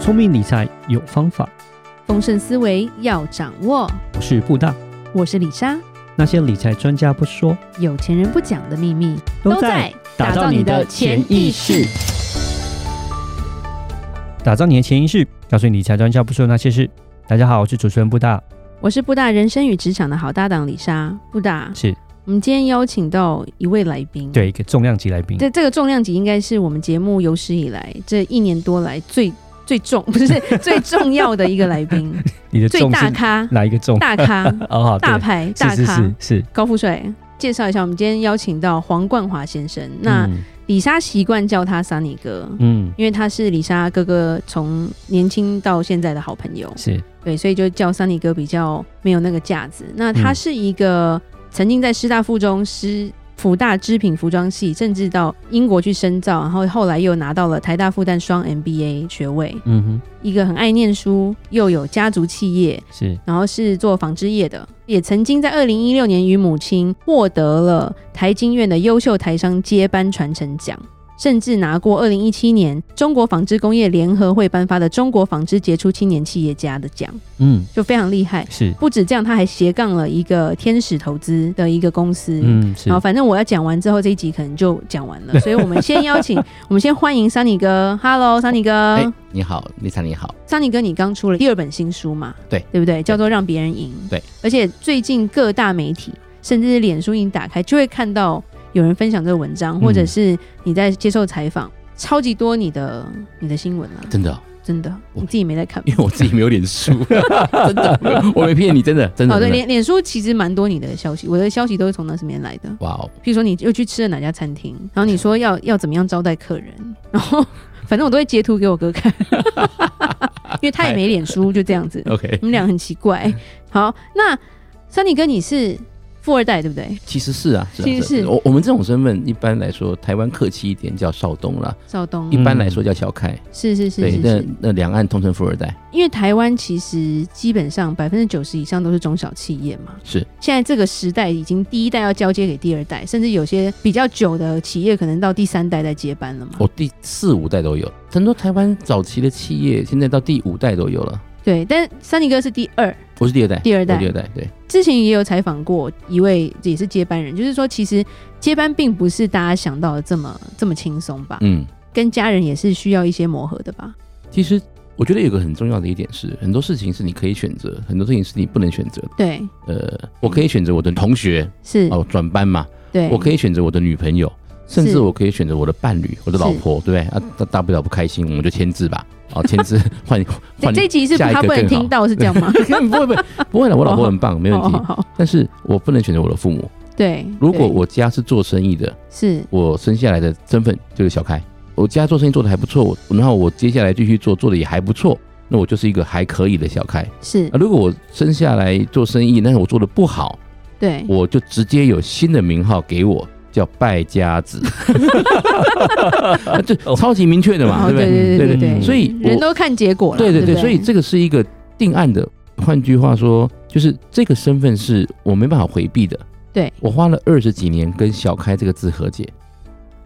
聪明理财有方法，丰盛思维要掌握。我是布大。我是李莎，那些理财专家不说，有钱人不讲的秘密打造你的潜意识。。打造你的潜意识，告诉你理财专家不说那些事。大家好，我是主持人布大。我是布大人生与职场的好搭档李莎。布大，是我们今天邀请到一位来宾，，对一个重量级来宾，这这个重量级应该是我们节目有史以来这一年多来最最重， 不是最重要的一个来宾，你的最重大是咖，哪一个重？ 大咖， 哦，好，对大牌，大咖，是是是是。高富帅。介绍一下，我们今天邀请到黄冠华先生。那嗯李莎习惯叫他 Sunny 哥，嗯因为他是李莎哥哥从年轻到现在的好朋友，是对，所以就叫桑尼哥比较没有那个架子。那他嗯是一个曾经在师大附中、师辅大织品服装系，甚至到英国去深造，然后后来又拿到了台大复旦双 MBA 学位，嗯哼一个很爱念书，又有家族企业，是然后是做纺织业的，也曾经在二零一六年与母亲获得了台经院的优秀台商接班传承奖，甚至拿过二零一七年中国纺织工业联合会颁发的中国纺织杰出青年企业家的奖，嗯就非常厉害。是不止这样，他还斜杠了一个天使投资的一个公司。嗯是然后，反正我要讲完之后，这一集可能就讲完了，所以我们先邀 请，我们先欢迎桑尼哥。Hello，桑尼哥。哎、你好，丽莎，你好。 桑尼哥，你刚出了第二本新书嘛？对，对不对？叫做《让别人赢》。对，而且最近各大媒体，甚至是脸书，你打开就会看到有人分享这个文章，嗯或者是你在接受采访，超级多你的你的新闻啊，真的哦、真的，我你自己没在看吗。因为我自己没有脸 书，真的， 我没骗你，真的，真的。哦，对，真的脸脸书其实蛮多你的消息，我的消息都是从那上面来的。哇哦，譬如说，你又去吃了哪家餐厅，然后你说要要怎么样招待客人，然后 反正我都会截图给我哥看， 因为他也没脸书，就这样子。 OK，你们俩很奇嗯怪。好，那三弟哥你是富二代对不对？其实是啊，是啊其实是啊是我我们这种身份，一般来说，台湾客气一点叫少东啦，邵东一般来说叫小开。是嗯是是嗯对，是是，那那两岸通称富二代，因为台湾其实基本上百分之九十以上都是中小企业嘛。是现在这个时代已经第一代要交接给第二代，甚至有些比较久的企业可能到第三代在接班了嘛。我第四五代都有，很多台湾早期的企业，现在到第五代都有了。对，但三弟哥是第二，我是第二代，第二代我第二代，对，之前也有采访过一位也是接班人，就是说其实接班并不是大家想到的这么这么轻松吧，嗯，跟家人也是需要一些磨合的吧。其实我觉得有个很重要的一点是，很多事情是你可以选择，很多事情是你不能选择的。对，呃，我可以选择我的同学是，哦，转班嘛，对，我可以选择我的女朋友，甚哎是嗯至我可以选择我的伴侣，我的老婆，对不对？啊，大大不了不开心，我们就签字吧。哦，签字 换这换，这一集是下一他个不能更好听到是这样吗？ 哦不会不会不会了，我老婆很棒， 没问好题好。好但是我不能选择我的父母。对，如果对我家是做生意的，是我生下来的身份就是小开。我家做生意做的还不错，我然后我接下来继续做，做的也还不错，那我就是一个还可以的小开。是啊，，如果我生下来做生意，但是我做的不好，对，我就直接有新的名号给我，叫败家子， 啊这超级明确的嘛，哦对不对对？对对对对，所以我人都看结果了，对对对不对，所以这个是一个定案的。换句话说，就是这个身份是我没办法回避的。对我花了二十几年跟“小开”这个字和解，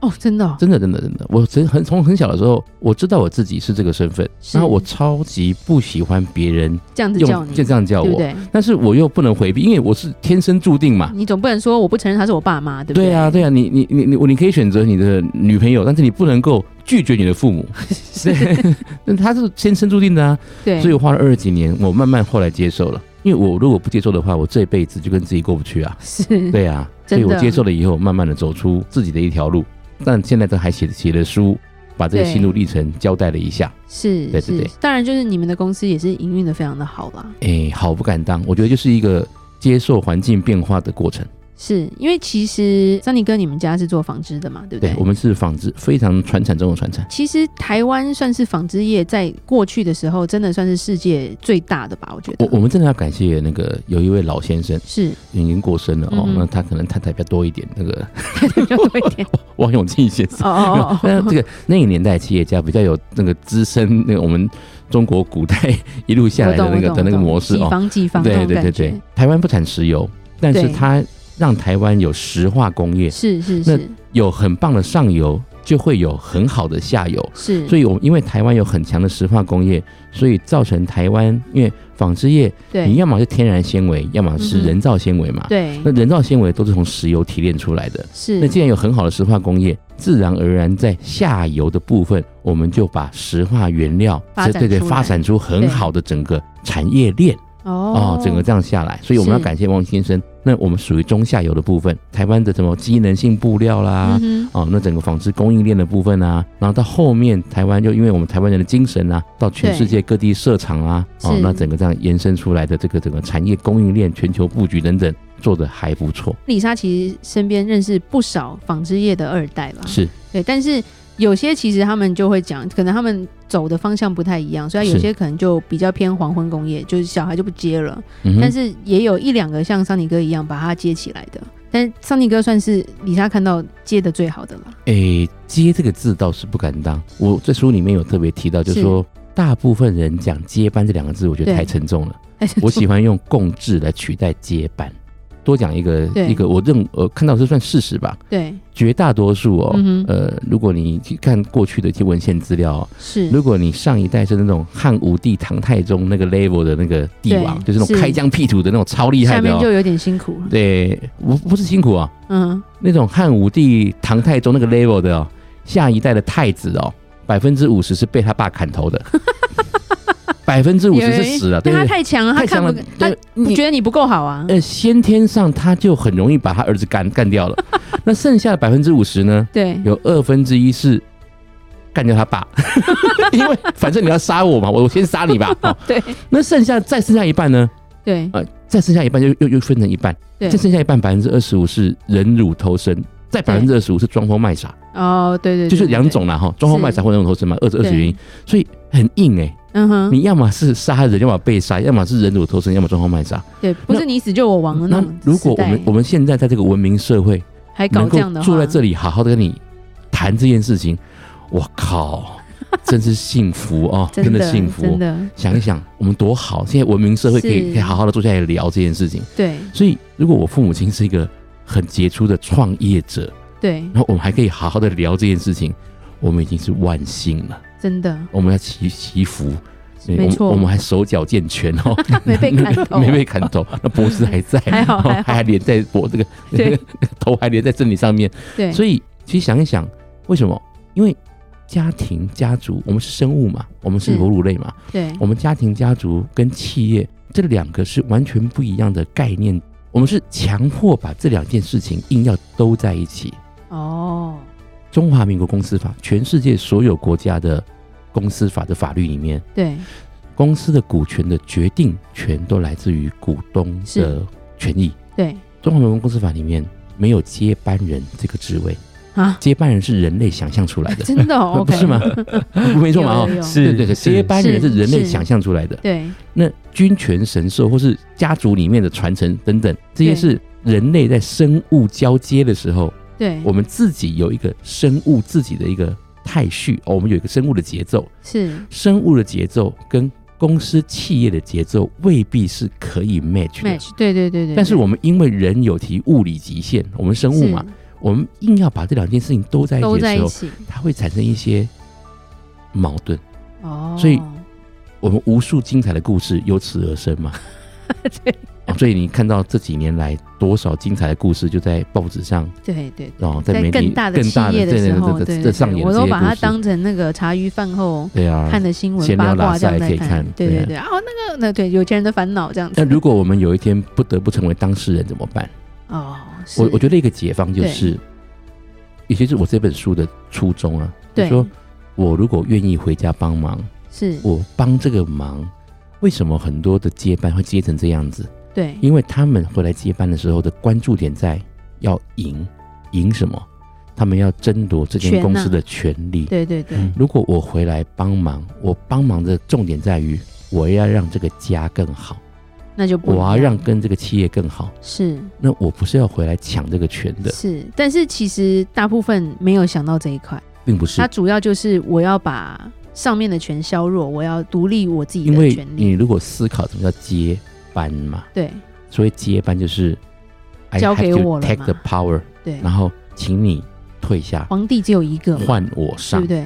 哦，真的哦真的真的真的，我从很从很小的时候，我知道我自己是这个身份，是然后我超级不喜欢别人这样子叫用你，就这样叫对不我，对？但是我又不能回避，因为我是天生注定嘛。你总不能说我不承认他是我爸妈，对不对啊，对啊，你你你你我你可以选择你的女朋友，但是你不能够拒绝你的父母。 对， 那他是先生注定的啊，对，所以我花了二十几年，我慢慢后来接受了。因为我如果不接受的话，我这辈子就跟自己过不去啊。 是，对啊，所真以的我接受了以后，慢慢的走出自己的一条路。但现在都还写写了书，把这个对心路历程交代了一下。是对对是对，当然就是你们的公司也是营运的非常的好啦。哎，好不敢当，我觉得就是一个接受环境变化的过程。是因为其实桑尼哥，你们家是做纺织的嘛，对不对，我们是纺织，非常传产中的传产。其实台湾算是纺织业在过去的时候，真的算是世界最大的吧，我觉得。我我们真的要感谢那个有一位老先生，是， 已经过身了哦，嗯哼那他可能太太比较多一点。那个 比较多一点。王永庆先 生，哦哦那哦，这个那个年代的企业家比较有那个资深，那个我们中国古代一路下来的那个的那个模式几哦。方几方，对对对对，，台湾不产石油，但是对它让台湾有石化工业，是是是，有很棒的上游，就会有很好的下游。是，所以，我们因为台湾有很强的石化工业，所以造成台湾因为纺织业，对，你要么是天然纤维，要么是嗯哼人造纤维嘛。对那，人造纤维都是从石油提炼出来的。是，那既然有很好的石化工业，自然而然在下游的部分，我们就把石化原料发展对对出来发展出很好的整个产业链啊哦整个这样下来，所以我们要是感谢汪先生。那我们属于中下游的部分，台湾的什么机能性布料啦，嗯哼哦，那整个纺织供应链的部分啊，然后到后面台湾就因为我们台湾人的精神啊，到全世界各地设厂啊，哦是，那整个这样延伸出来的这个整个产业供应链全球布局等等，做的还不错，丽莎其实身边认识不少纺织业的二代啦，是对，但是有些其实他们就会讲，可能他们走的方向不太一样，所以有是些可能就比较偏黄昏工业，就是小孩就不接了。嗯哼但是也有一两个像桑尼哥一样把他接起来的，但是桑尼哥算是李莎看到接的最好的了。诶，接这个字倒是不敢当。我在书里面有特别提到，就是是说大部分人讲接班这两个字，我觉得对太沉重了。但是我喜欢用共治来取代接班。多讲一个对一个，我认呃看到这算事实吧。对绝大多数哦，嗯哼呃，如果你去看过去的一些文献资料、哦，是如果你上一代是那种汉武帝、唐太宗那个 level 的那个帝王，对就是那种是开疆辟土的那种超厉害下的面就哦。有点辛苦了。对，不不是辛苦啊、嗯，那种汉武帝、唐太宗那个 level 的哦，下一代的太子哦，百分之五十是被他爸 砍头的，百分之五十是死了，对但他不对？太强了，他看强不了，他对，你觉得你不够好啊。呃先天上他就很容易把他儿子干干掉 了，那剩下的百分之五十呢，对有二分之一是。干掉他爸， 因为反正你要杀我嘛，我我先杀你吧。哦，对那剩下再剩下一半呢？对呃，再剩下一半又又又分成一半，对再剩下一半百分之二十五是忍辱偷生，再百分之二十五是装疯卖傻。哦，对对，对就是两，种啦哈，装疯卖傻或两种投资嘛，二十二十对原因，所以很硬哎、对嗯哼，你要么是杀人，要么被杀，要么是忍辱偷生，要么装疯卖傻。对，不是你死就我亡的哦那那种如果时我代们我们现在在这个文明社会，还哎搞能这样的够话，坐在这里好好的跟你谈这件事情，我 靠，真是幸福哦，真的幸真福。的想一想，我们多好！现在文明社会可是以可以好好的坐下来聊这件事情。对所以，如果我父母亲是一个很杰出的创业者，对，然后我们还可以好好的聊这件事情，我们已经是万幸了。真的我们要祈祈福，对没错我们我们还手脚健全哦， 没被 砍头，没被砍头，那脖子还在，还好哦还好 还还连在脖这个 对那个 头还连在身体上面，对，所以其实想一想，为什么？因为家庭家族，我们是生物嘛，我们是是嗯哺乳类嘛，对我们家庭家族跟企业这两个是完全不一样的概念，我们是强迫把这两件事情硬要都在一起。哦，中华民国公司法，全世界所有国家的公司法的法律里面，对公司的股权的决定权都来自于股东是的权益。对中华民国公司法里面没有接班人这个职位，啊，接班人是人类想象出来的，真的哦， 不是吗？没错嘛，有哦有有，是对对对，是接班人是是人类是想象出来的。对那君权神授或是家族里面的传承等等，这些对是人类在生物交接的时候，对，我们自己有一个生物自己的一个态序，哦，我们有一个生物的节奏，是生物的节奏跟公司企业的节奏未必是可以 match 的。 match，对对对对，但是对我们因为人有提物理极限，我们生物嘛，我们硬要把这两件事情都是在一都起的在时一候，起它会产生一些矛盾。哦，所以我们无数精彩的故事由此而生嘛。 对哦所以你看到这几年来多少精彩的故事就在报纸上，对对。然后在媒体更大的企业的对时对候，对对对对这上对演我的都这些把它故事，当成那个茶余饭后对啊，看的新闻闲八聊卦拉这样塞在可以看看，对对对啊对，哦，那个那对有钱人的烦恼这样子那如果我们有一天不得不成为当事人怎么办？哦，是我我觉得一个解放就是，也就是我这本书的初衷啊。就对说我如果愿意回家帮忙，是我帮这个忙，为什么很多的接班会接成这样子？对因为他们回来接班的时候的关注点在要赢，赢什么？他们要争夺这权间啊公司的权利。对对对，嗯如果我回来帮忙，我帮忙的重点在于我要让这个家更好，那就不我一要样让跟这个企业更好。是那我不是要回来抢这个权的，是，但是其实大部分没有想到这一块，并不是它。主要就是我要把上面的权削弱，我要独立我自己因的为权你利。如果思考什么叫接班嘛，对所谓接班就是 I 交 have 给 to 我了 take the 嘛 power，对然后请你退下，皇帝只有一个嘛，换我对上不。对？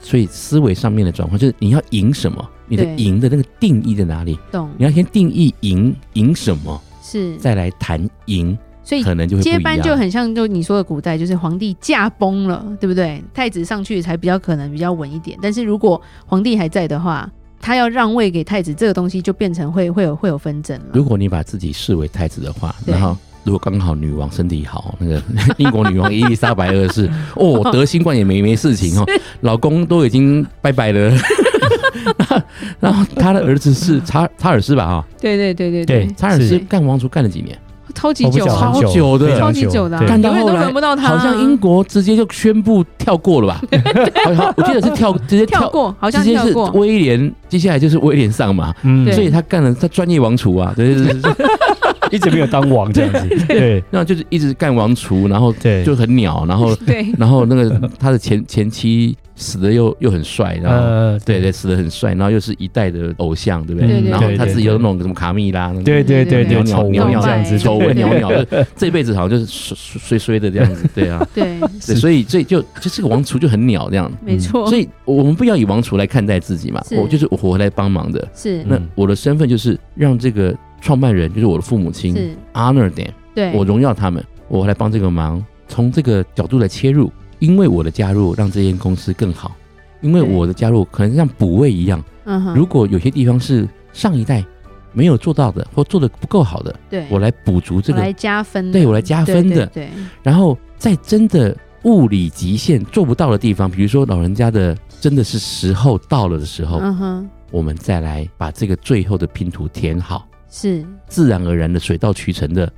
所以思维上面的转换就是你要赢什么，你的对赢的那个定义在哪里？懂你要先定义赢赢什么，是，再来谈赢，所以可能就会不接一样。班就很像就你说的古代，就是皇帝驾崩了，对不对？太子上去才比较可能比较稳一点。但是如果皇帝还在的话，他要让位给太子，这个东西就变成会会有会有纷争了。如果你把自己视为太子的话，对然后如果刚好女王身体好，那个 英国女王伊丽莎白二 世，哦，得新冠也没没事情哦，老公都已经拜拜了。 然后他的儿子是查查尔斯吧？啊，对对对对对查尔斯是干王族干了几年，超级我不久讲啊，很久超的非超常级久的啊，对干永到远都后来轮不到他啊，好像英国直接就宣布跳 过了吧？好像我记得是跳，直接跳跳，过，好直像接跳是过。威廉，接下来就是威廉上嘛，嗯对所以他干了他专业王厨啊，对对对对，一直没有当王这样 子，对 那就是一直干王厨，然后对，就很鸟，然后 对，然后那个他的前前妻死的又又很帅，然后、呃，嗯对对死的很帅，然后又是一代的偶像，对不对？对对然后对他对自己又弄个什么卡蜜拉，对对对对对，鸟丑鸟闻鸟这样子，丑闻对 袅袅，就这辈子好像就是衰衰衰衰的这样子，对啊， 对， 对所以所以就就这个王厨就很鸟这样。没错，嗯所以，我们不要以王厨来看待自己嘛。哦是我就是我活来帮忙的。是那嗯我的身份就是让这个创办人，就是我的父母亲是， honor them，对，嗯我荣耀他们，我来帮这个忙，从这个角度来切入，因为我的加入让这间公司更好，因为对我的加入可能像补位一样，嗯哼，如果有些地方是上一代没有做到的，或做的不够好的，对我来补足这我来个，加分的，对我来加分的，对对然后在真的物理极限做不到的地方，比如说老人家的真的是时候到了的时对候，嗯哼，我们再来把这个最后的拼图填好，是，自然而然的水到渠成的，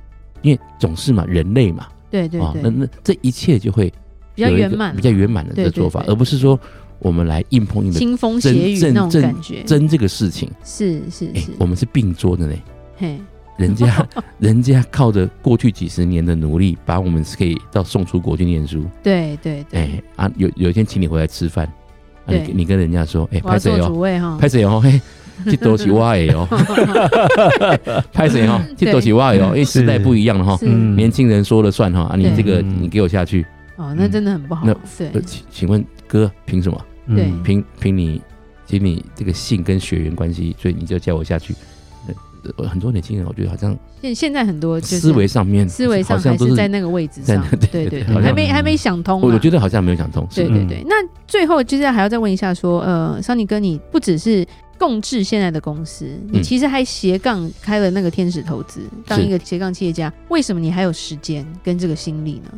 因为总是嘛，人类嘛。对对啊，那对，那这一切就会比较有一个圆满，比较圆满的对这做法对，对而不是说我们来硬碰硬的腥风血雨真那种正感觉，争这个事情。是是哎是，，我们是并桌 的呢，嘿，人家人家靠着过去几十年的努力，把我们是可以到送出国去念书。 对对对哎，啊，有有一天请你回来吃饭，啊，对你你跟人家说，哎，我要拍谁做哦，主位哈，拍谁哦， 嘿。这都是我的哦，拍谁哦？这都是我的哦，因为时代不一样了哈，嗯是嗯年轻人说了算哈。啊，你对这个嗯你给我下去，哦，那真的很不好那，对呃，请请问哥凭什么？对嗯凭凭你，凭你这个性跟血缘关系，所以你就叫我下去。呃呃很多年轻人，我觉得好像现现在很多就是思维上面，思维上好像还都是是在，那个位置在上那，对对对对对对，好像还没还没想通我嘛，我觉得好嗯像没有想通，是对对对，那最后就是还要再问一下说呃，桑尼哥，你不只是共治现在的公司，你嗯其实还斜杠开了那个天使投资，当是一个斜杠企业家，为什么你还有时间跟这个心力呢？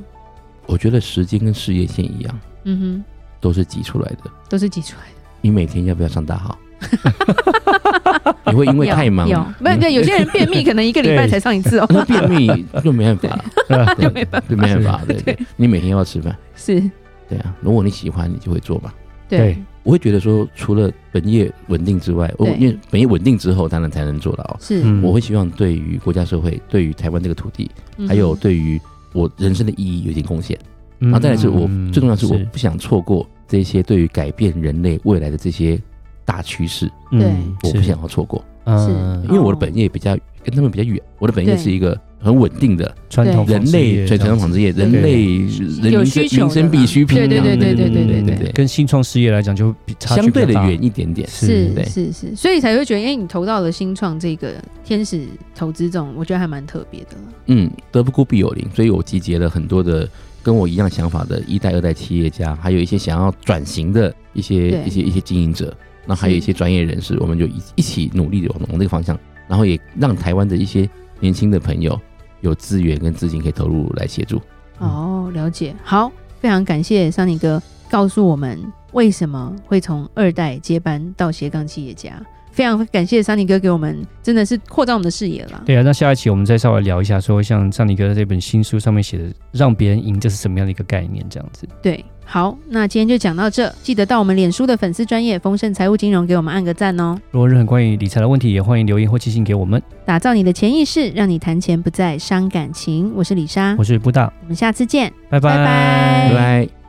我觉得时间跟事业线一样，嗯都是挤出来的。哼，都是挤出来的。你每天要不要上大 号？你会因为有太忙，嗯有，不是对，有些人便秘可能一个 礼拜对才上一次哦。那便秘就没办法了，对就没办就没办法。对，对你每天要不要吃饭，是，对啊，如果你喜欢，你就会做嘛。对对，我会觉得说，除了本业稳定之外，我对因为本业稳定之后，当然才能做到。是，嗯我会希望对于国家社会、对于台湾这个土地，嗯还有对于我人生的意义有一点贡献。然嗯然后再来是我嗯最重要的是，我不想错过这些对于改变人类未来的这些大趋势，嗯我是不想要错过，嗯是因为我的本业比较跟他们比较远，我的本业对是一个很稳定的传统纺人织类业传统纺织业，对人类人有民需生求的民生必需品对啊，对对对对对对对对对嗯跟新创事业来讲就比差距相对的比较大远一点点。是是对是是，所以才会觉得，哎、你投到了新创这个天使投资这种，我觉得还蛮特别的了。嗯，德不孤必有邻，所以我集结了很多的跟我一样想法的一代、二代企业家，还有一些想要转型的一些对一些一些经营者，那还有一些专业人士，我们就一一起努力的往往这个方向，然后也让台湾的一些年轻的朋友有资源跟资金可以投入来协助。嗯哦，了解。好，非常感谢桑尼哥告诉我们为什么会从二代接班到斜杠企业家。非常感谢桑尼哥给我们，真的是扩展我们的视野了。对啊，那下一期我们再稍微聊一下，说像像你哥在这本新书上面写的“让别人赢”这是什么样的一个概念？这样子。对，好，那今天就讲到这，记得到我们脸书的粉丝专业丰盛财务金融给我们按个赞哦。如果有任何关于理财的问题，也欢迎留言或寄信给我们。打造你的潜意识，让你谈钱不再伤感情。我是李莎，嗯我是布大，我们下次见。拜拜拜拜拜。